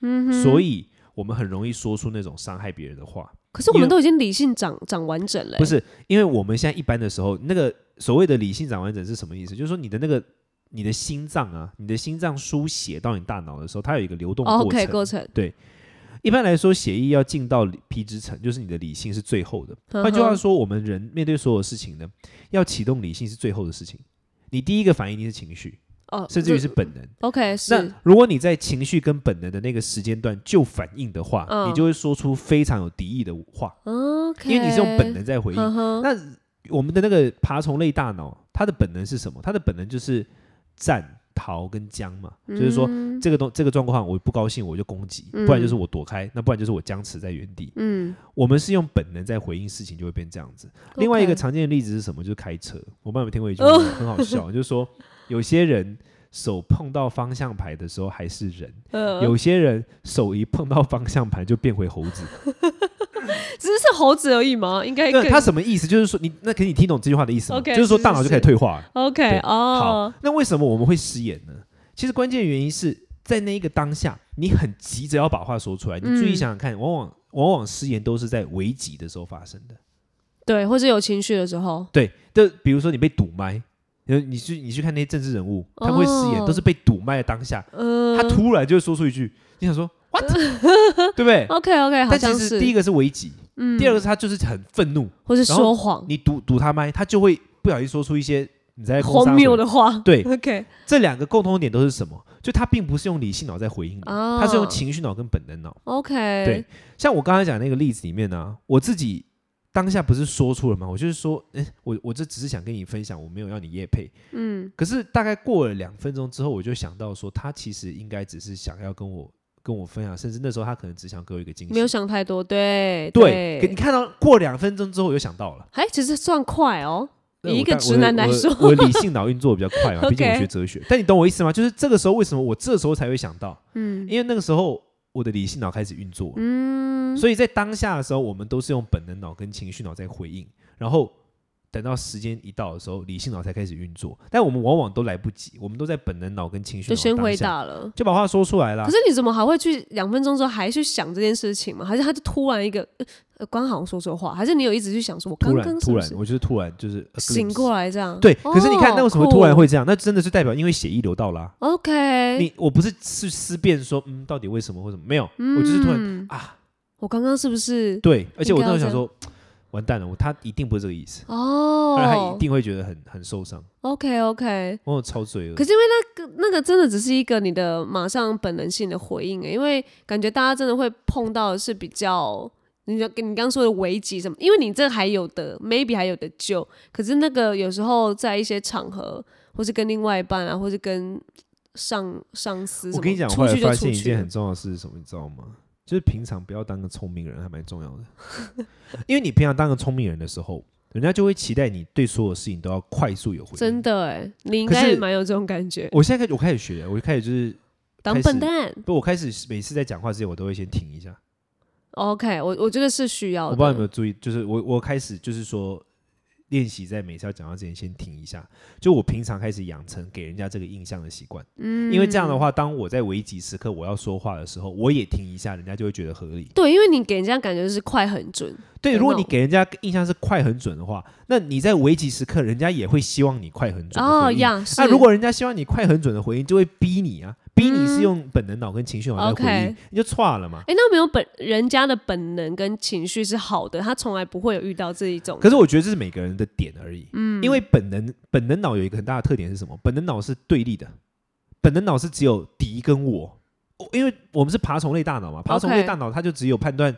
Speaker 2: 嗯哼，
Speaker 1: 所以我们很容易说出那种伤害别人的话。
Speaker 2: 可是我
Speaker 1: 因
Speaker 2: 们
Speaker 1: 为
Speaker 2: 都已经理性长长完整了、欸
Speaker 1: 不，是，因为我们现在一般的时候，那个所谓的理性长完整是什么意思？就是说你的那个。你的心脏啊，你的心脏输血到你大脑的时候，它有一个流动过程。
Speaker 2: 哦 OK，过程。
Speaker 1: 一般来说，血液要进到皮质层，就是你的理性是最后的。
Speaker 2: 嗯哼
Speaker 1: 换句话说，我们人面对所有事情呢，要启动理性是最后的事情。你第一个反应一定是情绪，
Speaker 2: 哦，
Speaker 1: 甚至于是
Speaker 2: 这
Speaker 1: 本能。
Speaker 2: OK，是
Speaker 1: 那如果你在情绪跟本能的那个时间段就反应的话，
Speaker 2: 嗯
Speaker 1: 你就会说出非常有敌意的话，
Speaker 2: OK，
Speaker 1: 因为你是用本能在回应。
Speaker 2: 嗯哼
Speaker 1: 那我们的那个爬虫类大脑，它的本能是什么？它的本能就是战、逃跟僵嘛，就是说
Speaker 2: 嗯
Speaker 1: 这个东这个状况我不高兴我就攻击，
Speaker 2: 嗯
Speaker 1: 不然就是我躲开，那不然就是我僵持在原地。
Speaker 2: 嗯，
Speaker 1: 我们是用本能在回应事情，就会变这样子。另外一个
Speaker 2: OK
Speaker 1: 常见的例子是什么？就是开车。我不知道你有没有听过一句
Speaker 2: 哦
Speaker 1: 话，很好笑，就是说有些人手碰到方向盘的时候还是人，
Speaker 2: 呃
Speaker 1: 有些人手一碰到方向盘就变回猴 子。
Speaker 2: 只是猴子而已吗？应该
Speaker 1: 那
Speaker 2: 更
Speaker 1: 他什么意思？就是说你那可你听懂这句话的意思吗？
Speaker 2: OK，
Speaker 1: 就是说
Speaker 2: 是
Speaker 1: 大脑
Speaker 2: 是
Speaker 1: 就开始退化了。
Speaker 2: OK
Speaker 1: 对
Speaker 2: 哦
Speaker 1: 好，，那为什么我们会失言呢？其实关键原因是在那一个当下，你很急着要把话说出来。你注意
Speaker 2: 嗯
Speaker 1: 想想看，往往往往失言都是在危急的时候发生的。
Speaker 2: 对，或者有情绪的时候，
Speaker 1: 对，就比如说你被堵麦，你你去你去看那些政治人物，他们会失言，
Speaker 2: 哦
Speaker 1: 都是被堵麦的当下，
Speaker 2: 嗯、
Speaker 1: 他突然就会说出一句，你想说 what，对 不对？
Speaker 2: OK OK，好哦
Speaker 1: 但其
Speaker 2: 像
Speaker 1: 实
Speaker 2: 是
Speaker 1: 第一个是危急，
Speaker 2: 嗯，哦
Speaker 1: 第二个是他就是很愤怒，
Speaker 2: 或是
Speaker 1: 然后
Speaker 2: 说谎，
Speaker 1: 你堵堵他麦，他就会不小心说出一些你在公
Speaker 2: 荒
Speaker 1: 杀
Speaker 2: 谬
Speaker 1: 回
Speaker 2: 的话，
Speaker 1: 对
Speaker 2: ，OK
Speaker 1: 这两个共通点都是什么？就他并不是用理性脑在回应你，
Speaker 2: 啊
Speaker 1: 嗯他是用情绪脑跟本能脑。
Speaker 2: OK，
Speaker 1: 对，像我刚才讲那个例子里面呢、我自己当下不是说出了吗？我就是说，哎，我我这只是想跟你分享，我没有要你夜配。
Speaker 2: 嗯
Speaker 1: 可是大概过了两分钟之后，我就想到说，他其实应该只是想要跟我跟我分享，甚至那时候他可能只想给我一个惊喜。
Speaker 2: 没有想太多，对
Speaker 1: 对，给你看到过两分钟之后，我就想到了。
Speaker 2: 哎，其实算快哦。
Speaker 1: 那
Speaker 2: 以
Speaker 1: 我
Speaker 2: 一个
Speaker 1: 但
Speaker 2: 直
Speaker 1: 我的
Speaker 2: 男来
Speaker 1: 我的
Speaker 2: 说
Speaker 1: 我的理性脑运作比较快嘛，
Speaker 2: OK
Speaker 1: 毕竟我学哲学。但你懂我意思吗？就是这个时候为什么我这时候才会想到？嗯，因为那个时候我的理性脑开始运作，
Speaker 2: 嗯，
Speaker 1: 所以在当下的时候，我们都是用本能脑跟情绪脑在回应，然后等到时间一到的时候，理性脑才开始运作。但我们往往都来不及，我们都在本能脑跟情绪
Speaker 2: 就
Speaker 1: 脑
Speaker 2: 先
Speaker 1: 当
Speaker 2: 回
Speaker 1: 下
Speaker 2: 答了。
Speaker 1: 就把话说出来了
Speaker 2: 可。是你怎么还会去两分钟之后还去想这件事情吗？还是他就突然一个呃呃，刚好像说错话，还是你有一直去想说，我刚
Speaker 1: 突
Speaker 2: 刚
Speaker 1: 然，
Speaker 2: 是
Speaker 1: 突
Speaker 2: 不
Speaker 1: 然
Speaker 2: 是，
Speaker 1: 我就是突然就是 a glimpse
Speaker 2: 醒过来这样？
Speaker 1: 对，可是你看，
Speaker 2: 哦
Speaker 1: 那为什么突然
Speaker 2: 酷哎
Speaker 1: 会这样？那真的是代表因为血液流到啦。
Speaker 2: OK，
Speaker 1: 你我不是去思辨说，嗯，到底为什么或什么？没有，我就是突然
Speaker 2: 嗯
Speaker 1: 啊，
Speaker 2: 我刚刚是不是？
Speaker 1: 对，而且我那时候
Speaker 2: 应该
Speaker 1: 想
Speaker 2: 要这
Speaker 1: 说，完蛋了，我他一定不是这个意思，不然他一
Speaker 2: 哦
Speaker 1: 定会觉得很很受伤，
Speaker 2: ，OK OK。
Speaker 1: 我超罪恶
Speaker 2: 可。是因为那个那个真的只是一个你的马上本能性的回应、欸，因为感觉大家真的会碰到的是比较。你就跟你刚刚说的危机什么？因为你这还有的，maybe 还有的救。可是那个有时候在一些场合，或是跟另外一半啊，或是跟上上司什么，
Speaker 1: 我跟你讲，我后
Speaker 2: 出
Speaker 1: 来
Speaker 2: 去就
Speaker 1: 发
Speaker 2: 出
Speaker 1: 现一
Speaker 2: 去
Speaker 1: 件
Speaker 2: 了
Speaker 1: 很重要的事是什么，你知道吗？就是平常不要当个聪明人，还蛮重要的。 因为你平常当个聪明人的时候，人家就会期待你对所有事情都要快速有回应。
Speaker 2: 真，的哎、你应
Speaker 1: 可
Speaker 2: 该
Speaker 1: 是
Speaker 2: 也蛮有这种感觉，
Speaker 1: 我现在开始，我开始学了，我就开始就是
Speaker 2: 当
Speaker 1: 开
Speaker 2: 笨
Speaker 1: 始
Speaker 2: 蛋。
Speaker 1: 不，我开始每次在讲话之前，我都会先停一下。
Speaker 2: OK，我我觉得是需要
Speaker 1: 我
Speaker 2: 的。
Speaker 1: 不知道你有没有注意，就是我我开始就是说练习在每次要讲话之前先停一下，就我平常开始养成给人家这个印象的习惯，
Speaker 2: 嗯
Speaker 1: 因为这样的话，当我在危急时刻我要说话的时候，我也停一下，人家就会觉得合理。
Speaker 2: 对，因为你给人家感觉就是快很准，
Speaker 1: 对，
Speaker 2: 有
Speaker 1: 如果
Speaker 2: 那
Speaker 1: 你
Speaker 2: 种
Speaker 1: 给人家印象是快很准的话，那你在危急时刻，人家也会希望你快很准的
Speaker 2: 哦
Speaker 1: 回应
Speaker 2: 呀，是
Speaker 1: 那如果人家希望你快很准的回应，就会逼你啊，逼你是
Speaker 2: 嗯
Speaker 1: 用本能脑跟情绪脑在回应，
Speaker 2: OK
Speaker 1: 你就错了嘛。
Speaker 2: 哎，那没有本人家的本能跟情绪是好的，他从来不会有遇到这一种。
Speaker 1: 可是我觉得这是每个人的点而已，嗯，因为本能本能脑有一个很大的特点是什么？本能脑是对立的，本能脑是只有敌跟我，我因为我们是爬虫类大脑嘛，爬虫类
Speaker 2: OK
Speaker 1: 大脑它就只有判断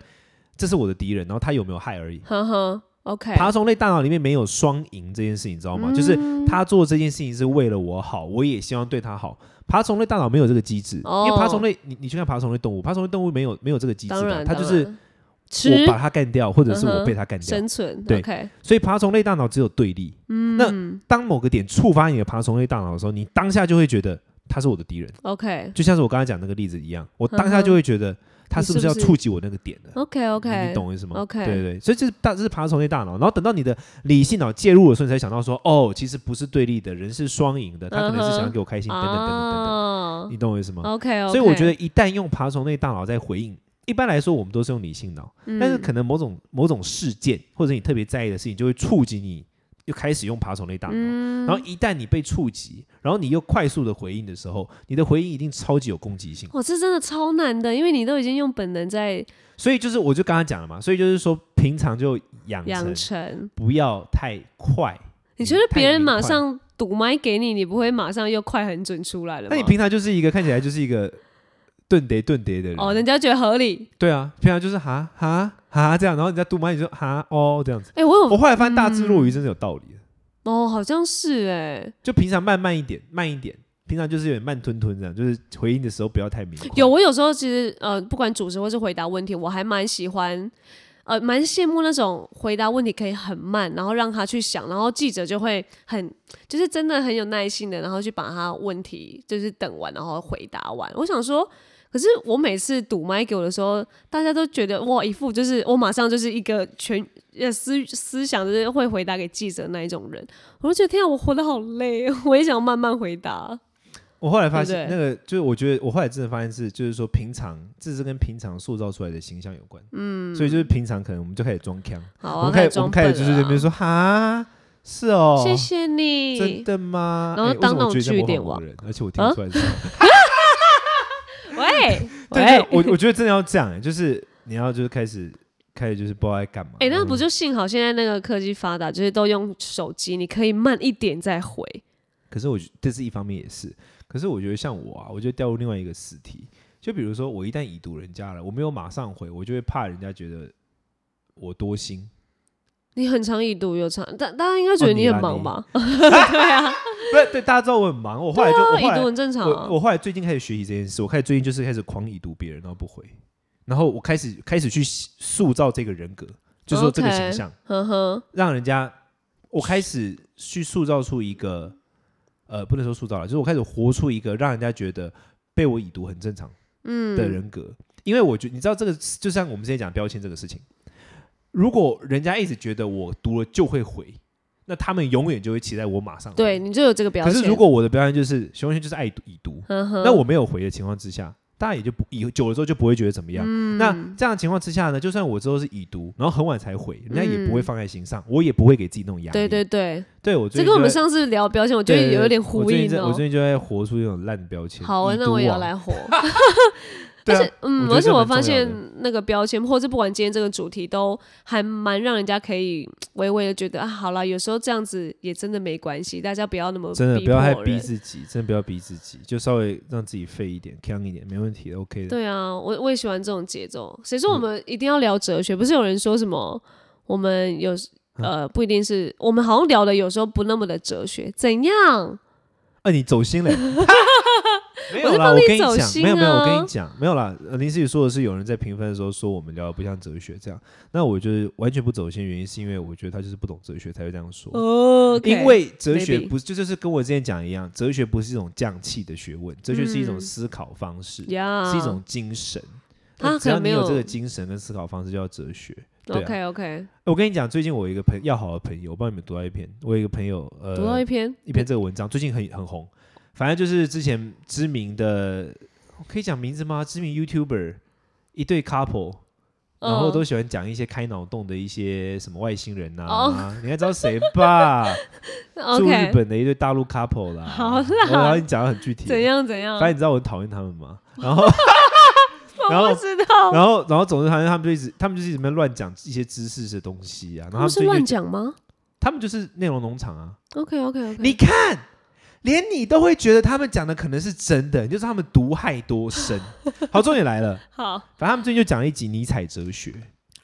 Speaker 1: 这是我的敌人，然后他有没有害而已。
Speaker 2: 呵呵，OK，
Speaker 1: 爬虫类大脑里面没有双赢这件事，你知道
Speaker 2: 嗯
Speaker 1: 吗？就是他做这件事情是为了我好，我也希望对他好。爬虫类大脑没有这个机制，
Speaker 2: 哦
Speaker 1: 因为爬虫类，你你去看爬虫类动物，爬虫类动物没有没有这个机制
Speaker 2: 当
Speaker 1: 的，
Speaker 2: 然，
Speaker 1: 它
Speaker 2: 当
Speaker 1: 就是
Speaker 2: 然吃
Speaker 1: 我把它干掉，或者是
Speaker 2: 嗯
Speaker 1: 我
Speaker 2: 哼
Speaker 1: 被它干掉。
Speaker 2: 生存
Speaker 1: 对
Speaker 2: ，OK，
Speaker 1: 所以爬虫类大脑只有对立。
Speaker 2: 嗯
Speaker 1: 当某个点触发你的爬虫类大脑的时候，你当下就会觉得他是我的敌人，
Speaker 2: ，OK，OK，OK，
Speaker 1: 就像是我刚才讲那个例子一样，我当下就会觉
Speaker 2: 嗯
Speaker 1: 得他是不是要触及我那个点的你你懂我意思吗
Speaker 2: OK
Speaker 1: 对对，所以这是大这是爬虫类大脑，然后等到你的理性脑介入的时候，你才想到说，哦，其实不是对立的，人是双赢的，
Speaker 2: 嗯
Speaker 1: 他可能是想要给我开心，等等等等等等，
Speaker 2: 啊
Speaker 1: 你懂我意思吗？
Speaker 2: ，OK，
Speaker 1: 所以我觉得一旦用爬虫类大脑在回应，一般来说我们都是用理性脑，但
Speaker 2: 嗯
Speaker 1: 是可能某种某种事件或者你特别在意的事情，就会触及你又开始用爬虫类大脑。然后一旦你被触及，然后你又快速的回应的时候，你的回应一定超级有攻击性。
Speaker 2: 我这真的超难的，因为你都已经用本能在
Speaker 1: 所以就是我就刚刚讲了嘛，所以就是说平常就养
Speaker 2: 养
Speaker 1: 成
Speaker 2: 成。
Speaker 1: 不要太快。
Speaker 2: 你觉得别人马
Speaker 1: 太明
Speaker 2: 上堵麦给你，你不会马上又快很准出来了
Speaker 1: 快？那
Speaker 2: 吗？
Speaker 1: 你平常就是一个看起来就是一个顿叠顿叠的人。
Speaker 2: 哦，人家觉得合理。
Speaker 1: 对啊，平常就是哈哈哈这样，然后人家嘟麦你就哈哦这样子。
Speaker 2: 哎、我
Speaker 1: 我
Speaker 2: 有
Speaker 1: 后来发现大智若愚真的有道理的，
Speaker 2: 哦，好像是哎、
Speaker 1: 就平常慢慢一点，慢一点，平常就是有点慢吞吞这样，就是回应的时候不要太明快。
Speaker 2: 有，我有时候其实呃，不管主持或是回答问题，我还蛮喜欢，呃，蛮羡慕那种回答问题可以很慢，然后让他去想，然后记者就会很就是真的很有耐心的，然后去把他问题就是等完，然后回答完。我想说。可是我每次堵麦给我的时候，大家都觉得哇，一副就是我马上就是一个全呃思思想就是会回答给记者那一种人，我就觉得天啊，我活得好累，我也想慢慢回答。
Speaker 1: 我后来发现
Speaker 2: 对不
Speaker 1: 那个就是，我觉得我后来真的发现是，就是说平常这是跟平常塑造出来的形象有关。嗯，所以就是平常可能我们就开始装腔，
Speaker 2: 好、
Speaker 1: 我
Speaker 2: 啊，
Speaker 1: 们开
Speaker 2: 始
Speaker 1: 始我
Speaker 2: 装
Speaker 1: 们开
Speaker 2: 笨
Speaker 1: 始就是
Speaker 2: 了
Speaker 1: 这
Speaker 2: 啊
Speaker 1: 边说哈是哦，
Speaker 2: 谢谢你，
Speaker 1: 真的吗？
Speaker 2: 然后
Speaker 1: 哎
Speaker 2: 当那种
Speaker 1: 为什么我觉得在
Speaker 2: 据
Speaker 1: 模
Speaker 2: 点
Speaker 1: 仿某
Speaker 2: 王
Speaker 1: 个人，而且我听出来是他。
Speaker 2: 喂，
Speaker 1: 对对
Speaker 2: 喂，，
Speaker 1: 我我觉得真的要这样，欸就是你要就是开始开始就是不知道在干嘛。
Speaker 2: 哎、那
Speaker 1: 然
Speaker 2: 不
Speaker 1: 后
Speaker 2: 就幸好现在那个科技发达，就是都用手机，你可以慢一点再回。
Speaker 1: 可是我觉这是一方面也是，可是我觉得像我啊，我就掉入另外一个死题，就比如说我一旦已读人家了，我没有马上回，我就会怕人家觉得我多心。
Speaker 2: 你很常已读有常，大大家应该觉得
Speaker 1: 哦你
Speaker 2: 你
Speaker 1: 啊
Speaker 2: 很忙吧？对啊，
Speaker 1: 不是对大家知道我很忙，我后来就、我
Speaker 2: 啊，
Speaker 1: 后
Speaker 2: 已
Speaker 1: 来
Speaker 2: 读很正常啊、
Speaker 1: 我我后来最近开始学习这件事，我开始最近就是开始狂已读别人，然后不回，然后我开始开始去塑造这个人格，就是说这个
Speaker 2: OK
Speaker 1: 形象
Speaker 2: 呵呵，
Speaker 1: 让人家，我开始去塑造出一个，呃，不能说塑造了，就是我开始活出一个让人家觉得被我已读很正常的
Speaker 2: 嗯，
Speaker 1: 人格，因为我觉你知道这个，就像我们之前讲标签这个事情，如果人家一直觉得我读了就会回，那他们永远就会期待我马上回
Speaker 2: 对，。你就有这个标
Speaker 1: 可
Speaker 2: 签。
Speaker 1: 是如果我的标签就是熊熊就是爱已读，
Speaker 2: 呵呵，
Speaker 1: 那我没有回的情况之下，大家也就不以后久了之后就不会觉得怎么样。
Speaker 2: 嗯
Speaker 1: 那这样的情况之下呢，就算我之后是已读，然后很晚才回，人家也不会放在心上，我也不会给自己弄压力。
Speaker 2: 嗯对对对，
Speaker 1: 对，我最
Speaker 2: 这
Speaker 1: 近
Speaker 2: 跟我们
Speaker 1: 就在
Speaker 2: 上次聊标签，我觉
Speaker 1: 对
Speaker 2: 得
Speaker 1: 对
Speaker 2: 有
Speaker 1: 对
Speaker 2: 点
Speaker 1: 我
Speaker 2: 呼
Speaker 1: 最近
Speaker 2: 应
Speaker 1: 在我
Speaker 2: 哦。
Speaker 1: 最近就在活出这种烂标签。
Speaker 2: 好啊，
Speaker 1: 已
Speaker 2: 那
Speaker 1: 读
Speaker 2: 我也要
Speaker 1: 王。
Speaker 2: 来活。
Speaker 1: 对啊
Speaker 2: 而且，嗯，
Speaker 1: 我觉得
Speaker 2: 而且
Speaker 1: 这
Speaker 2: 我
Speaker 1: 蛮重
Speaker 2: 发
Speaker 1: 要
Speaker 2: 现
Speaker 1: 的
Speaker 2: 那个标签，或者是不管今天这个主题，都还蛮让人家可以微微的觉得啊，好了，有时候这样子也真的没关系，大家不要那么
Speaker 1: 真的
Speaker 2: 逼
Speaker 1: 不要太
Speaker 2: 迫
Speaker 1: 逼
Speaker 2: 人
Speaker 1: 自己，真的不要逼自己，就稍微让自己废一点、强一点，没问题的，OK 的。
Speaker 2: 对啊，我我也喜欢这种节奏。谁说我
Speaker 1: 嗯
Speaker 2: 们一定要聊哲学？不是有人说什么我们有时
Speaker 1: 嗯
Speaker 2: 呃不一定是我们好像聊的有时候不那么的哲学，怎样？
Speaker 1: 啊，你走 心了欸。没有
Speaker 2: 我是
Speaker 1: 啦，
Speaker 2: 帮
Speaker 1: 我
Speaker 2: 你
Speaker 1: 跟你
Speaker 2: 走
Speaker 1: 讲，
Speaker 2: 心
Speaker 1: 没有没有，我跟
Speaker 2: 啊
Speaker 1: 你讲，没有啦。呃林思雨说的是有人在评分的时候说我们聊的不像哲学这样，那我就是完全不走心，原因是因为我觉得他就是不懂哲学才会这样说。
Speaker 2: 哦
Speaker 1: 因为哲学
Speaker 2: maybe
Speaker 1: 不是，就就是跟我之前讲一样，哲学不是一种匠气的学问，哲学是一种
Speaker 2: 嗯
Speaker 1: 思考方式，
Speaker 2: 呀
Speaker 1: 是一种精神。
Speaker 2: 他
Speaker 1: 那只
Speaker 2: 可
Speaker 1: 要
Speaker 2: 能没
Speaker 1: 你有
Speaker 2: 有
Speaker 1: 这个精神跟思考方式，就叫哲学。对啊
Speaker 2: OK OK，
Speaker 1: 我跟你讲，最近我有一个朋要好的朋友，我帮你们读到一篇，我有一个朋友，呃，
Speaker 2: 读到一篇
Speaker 1: 一篇这个文章，最近很很红。反正就是之前知名的，可以讲名字吗？知名 YouTuber 一对 couple，、然后
Speaker 2: 嗯
Speaker 1: 都喜欢讲一些开脑洞的一些什么外星人呐、
Speaker 2: 哦
Speaker 1: 你应该知道谁吧？住日
Speaker 2: OK，
Speaker 1: 本的一对大陆 couple 啦。
Speaker 2: 好啦
Speaker 1: 我然后你讲的很具体。
Speaker 2: 怎？样怎样
Speaker 1: 反？正你知道我很讨厌他们 嘛。然后，然
Speaker 2: 我
Speaker 1: 后
Speaker 2: 不知道，
Speaker 1: 然后，然后，总之，反正他们就一直，他们就是一直在那边乱讲一些知识的东西啊。然后他
Speaker 2: 不
Speaker 1: 们
Speaker 2: 是
Speaker 1: 最近
Speaker 2: 乱
Speaker 1: 就，
Speaker 2: 讲吗
Speaker 1: 他们就是内容农场啊。
Speaker 2: ？OK OK OK，
Speaker 1: 你看，连你都会觉得他们讲的可能是真的，你就是他们毒害多 深。好，重点来了，
Speaker 2: 好
Speaker 1: 反正他们最近就讲了一集尼采哲学，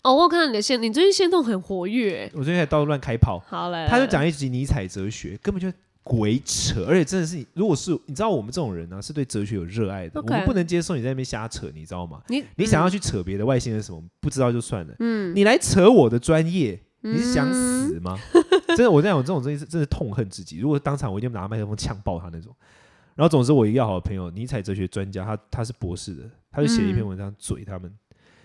Speaker 2: 哦，我有看到你的线，你最近线动很活跃。欸
Speaker 1: 我最近还到处乱开炮。
Speaker 2: 好嘞，来
Speaker 1: 他就
Speaker 2: 来
Speaker 1: 讲一集尼采哲学，根本就鬼扯，而且真的是，如果是你知道我们这种人呢、啊是对哲学有热爱的
Speaker 2: OK
Speaker 1: 我们不能接受你在那边瞎扯，你知道吗？
Speaker 2: 你
Speaker 1: 你想要去扯别的外星人什么，不知道就算了，
Speaker 2: 嗯
Speaker 1: 你来扯我的专业，你是想
Speaker 2: 嗯
Speaker 1: 死吗？ 真的，我在讲我这种东西是真的痛恨自己。如果当场我一定拿麦克风呛爆他那种。然后，总之，我一个要好的朋友，尼采哲学专家，他他是博士的，他就写了一篇文章嘴他们，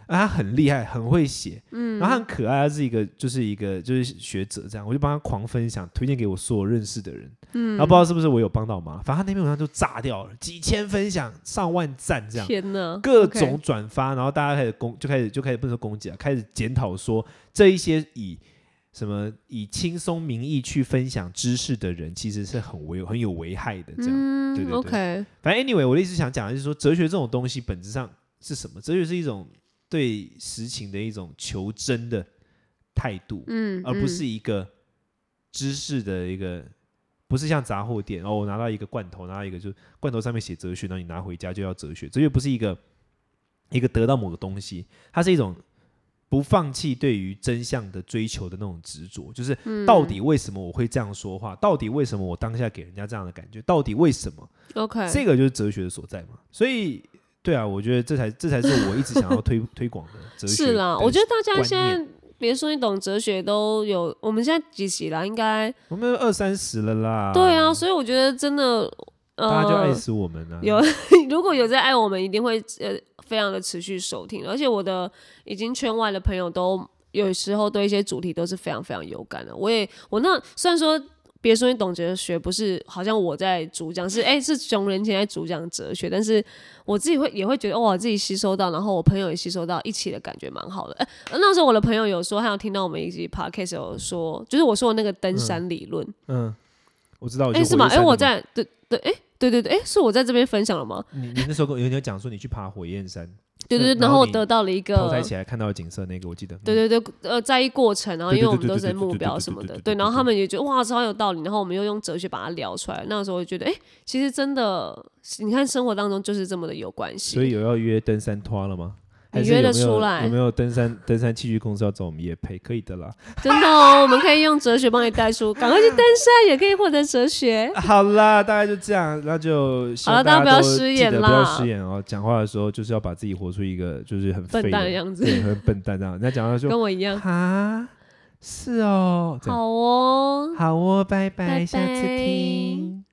Speaker 1: 啊，他很厉害，很会写，嗯，然后他很可爱，他是一个就是一个就是学者这样，我就帮他狂分享，推荐给我所有认识的人，嗯，然后不知道是不是我有帮到忙，反正他那篇文章就炸掉了，几千分享，上万赞这样，
Speaker 2: 天哪，
Speaker 1: 各
Speaker 2: OK
Speaker 1: 种转发，然后大家开始攻，就开始就开始不能说攻击啊，开始检讨说这一些以什么以轻松名义去分享知识的人，其实是很危很有危害的。这样，
Speaker 2: 嗯
Speaker 1: 对对对
Speaker 2: OK，
Speaker 1: 反正 anyway，我的意思想讲的是说，哲学这种东西本质上是什么？哲学是一种对实情的一种求真的态度，
Speaker 2: 嗯，
Speaker 1: 而不
Speaker 2: 嗯
Speaker 1: 是一个知识的一个。不是像杂货店哦，我拿到一个罐头，拿到一个就罐头上面写哲学，然后你拿回家就要哲学。哲学不是一个一个得到某个东西，它是一种不放弃对于真相的追求的那种执着，就是
Speaker 2: 嗯
Speaker 1: 到底为什么我会这样说话，到底为什么我当下给人家这样的感觉，到底为什么？
Speaker 2: OK，
Speaker 1: 这个就是哲学的所在嘛。所以，对啊，我觉得这才这才是我一直想要推 推广的哲学。
Speaker 2: 是啦，我觉
Speaker 1: 得
Speaker 2: 得大家
Speaker 1: 观
Speaker 2: 现在别说你懂哲学，都有我们现在几集啦，应该
Speaker 1: 我们二三十了啦，
Speaker 2: 对啊，所以我觉得真的，
Speaker 1: 大家就爱
Speaker 2: 呃，
Speaker 1: 死我们啊了、
Speaker 2: 有 如果有在爱我们，一定会呃非常的持续收听，而且我的已经圈外的朋友都有时候对一些主题都是非常非常有感的。我也我那虽然说。别说你懂哲学，不是好像我在主讲，是哎、是熊仁谦在主讲哲学，但是我自己会也会觉得哇，自己吸收到，然后我朋友也吸收到，一起的感觉蛮好的。哎、那时候我的朋友有说，他有听到我们一集 podcast 有说，就是我说的那个登山理论，
Speaker 1: 嗯，我知道，我
Speaker 2: 哎、
Speaker 1: 就
Speaker 2: 是吗？
Speaker 1: 我
Speaker 2: 哎、
Speaker 1: 就删了
Speaker 2: 我
Speaker 1: 嘛
Speaker 2: 在对对，哎、对对对，哎、是我在这边分享了吗？
Speaker 1: 你你那时候跟我有你有讲说你去爬火焰山，
Speaker 2: 对
Speaker 1: 嗯
Speaker 2: 对对，
Speaker 1: 然
Speaker 2: 然
Speaker 1: 后
Speaker 2: 后我
Speaker 1: 你
Speaker 2: 得到了一个
Speaker 1: 头抬起来看到的景色那个，我记得。嗯
Speaker 2: 对对对，呃，在意过程，然后
Speaker 1: 对
Speaker 2: 因
Speaker 1: 对
Speaker 2: 为我们
Speaker 1: 对
Speaker 2: 都
Speaker 1: 对
Speaker 2: 是
Speaker 1: 对
Speaker 2: 目
Speaker 1: 对对
Speaker 2: 标
Speaker 1: 对
Speaker 2: 什
Speaker 1: 对
Speaker 2: 么
Speaker 1: 对
Speaker 2: 的
Speaker 1: 对，
Speaker 2: 对，
Speaker 1: 对
Speaker 2: 然后
Speaker 1: 对
Speaker 2: 他们也觉得哇，超有道理，然后我们又用哲学把它聊出来，那个时候我就觉得，哎，其嗯实真的，你看生活当中就是这么的有关系。
Speaker 1: 所以有要约登山拖了吗？还
Speaker 2: 你
Speaker 1: 是有
Speaker 2: 约
Speaker 1: 没
Speaker 2: 得
Speaker 1: 有
Speaker 2: 出来
Speaker 1: 有没有登山登山器具公司要找我们也配？可以的啦。
Speaker 2: 真的哦，我们可以用哲学帮你带出，赶快去登山也可以获得哲学。
Speaker 1: 好啦，大概就这样，那就希
Speaker 2: 哎好
Speaker 1: 望
Speaker 2: 了大家
Speaker 1: 家
Speaker 2: 不要
Speaker 1: 都
Speaker 2: 失
Speaker 1: 记
Speaker 2: 言
Speaker 1: 得
Speaker 2: 啦
Speaker 1: 不要失言哦。讲话的时候就是要把自己活出一个就是很
Speaker 2: 笨
Speaker 1: 废
Speaker 2: 蛋的样子
Speaker 1: 对，很笨蛋这样。人家讲话
Speaker 2: 跟
Speaker 1: 就
Speaker 2: 我一样，
Speaker 1: 啊，是哦，这样
Speaker 2: 好哦，
Speaker 1: 好哦，拜
Speaker 2: 拜
Speaker 1: 拜，下次
Speaker 2: 拜
Speaker 1: 听。